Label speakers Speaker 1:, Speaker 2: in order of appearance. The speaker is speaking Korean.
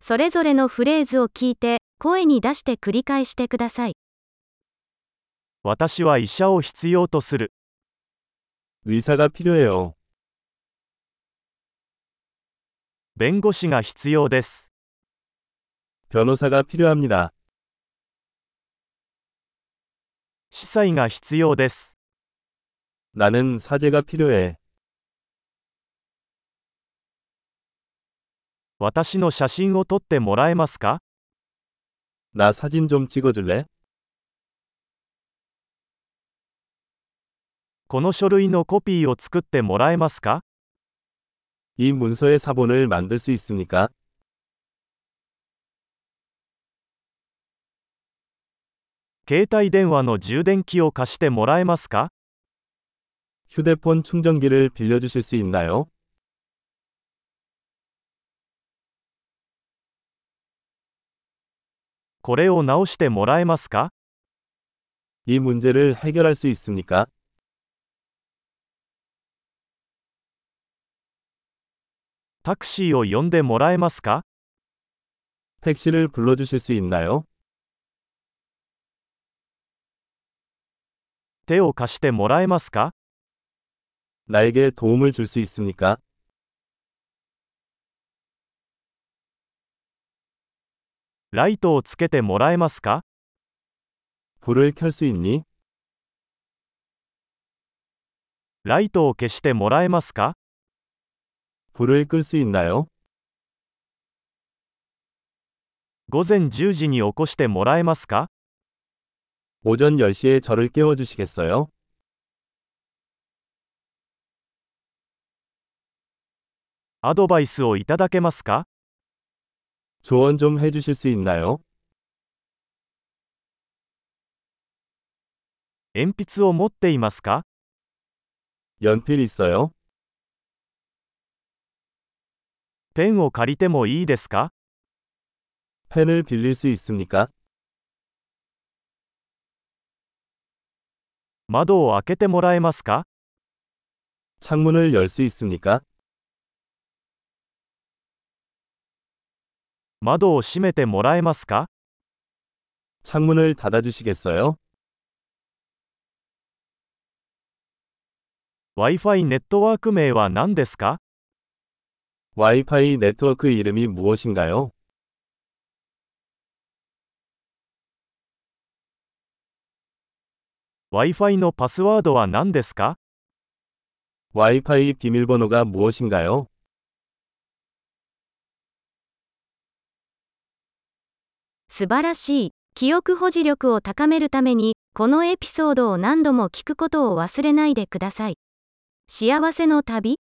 Speaker 1: それぞれのフレーズを聞いて、声に出して繰り返してください。
Speaker 2: 私は医者を必要とする。
Speaker 3: 의사가 필요해요.
Speaker 2: 弁護士が必要です。
Speaker 3: 변호사가 필요합니다.
Speaker 2: 司祭が必要です。
Speaker 3: 나는 사제가 필요해.
Speaker 2: 私の写真を撮ってもらえますか
Speaker 3: 나 사진 좀 찍어줄래?
Speaker 2: この書類のコピーを作ってもらえますか
Speaker 3: 이 문서의 사본을 만들 수 있습니까?
Speaker 2: 携帯電話の充電器を貸してもらえますか
Speaker 3: 휴대폰 충전기를 빌려주실 수 있나요?
Speaker 2: これを直してもらえますか
Speaker 3: 이 문제를 해결할 수 있습니까?
Speaker 2: タクシーを呼んでもらえますか
Speaker 3: 택시를 불러주실 수 있나요?
Speaker 2: 手を貸してもらえますか
Speaker 3: 나에게 도움을 줄 수 있습니까?
Speaker 2: ライトをつけてもらえますか
Speaker 3: 불을 켤 수 있니?
Speaker 2: ライトを消してもらえますか
Speaker 3: 불을 끌 수 있나요?
Speaker 2: 午前10時に起こしてもらえますか
Speaker 3: 오전 10시에 저를 깨워주시겠어요?
Speaker 2: アドバイスをいただけますか
Speaker 3: 조언 좀 해주실 수 있나요?
Speaker 2: 鉛筆を持っていますか
Speaker 3: 연필 있어요?
Speaker 2: ペンを借りてもいいですか
Speaker 3: 펜을 빌릴 수 있습니까?
Speaker 2: 窓を開けてもらえますか
Speaker 3: 창문을 열 수 있습니까?
Speaker 2: 窓を閉めてもらえますか
Speaker 3: 창문을 닫아주시겠어요?
Speaker 2: Wi-Fi ネットワーク名は何ですか
Speaker 3: 와이파이 네트워크 이름이 무엇인가요?
Speaker 2: ワイファイのパスワードは何ですか
Speaker 3: 와이파이 비밀번호가 무엇인가요?
Speaker 1: 素晴らしい。記憶保持力を高めるために、このエピソードを何度も聞くことを忘れないでください。幸せの旅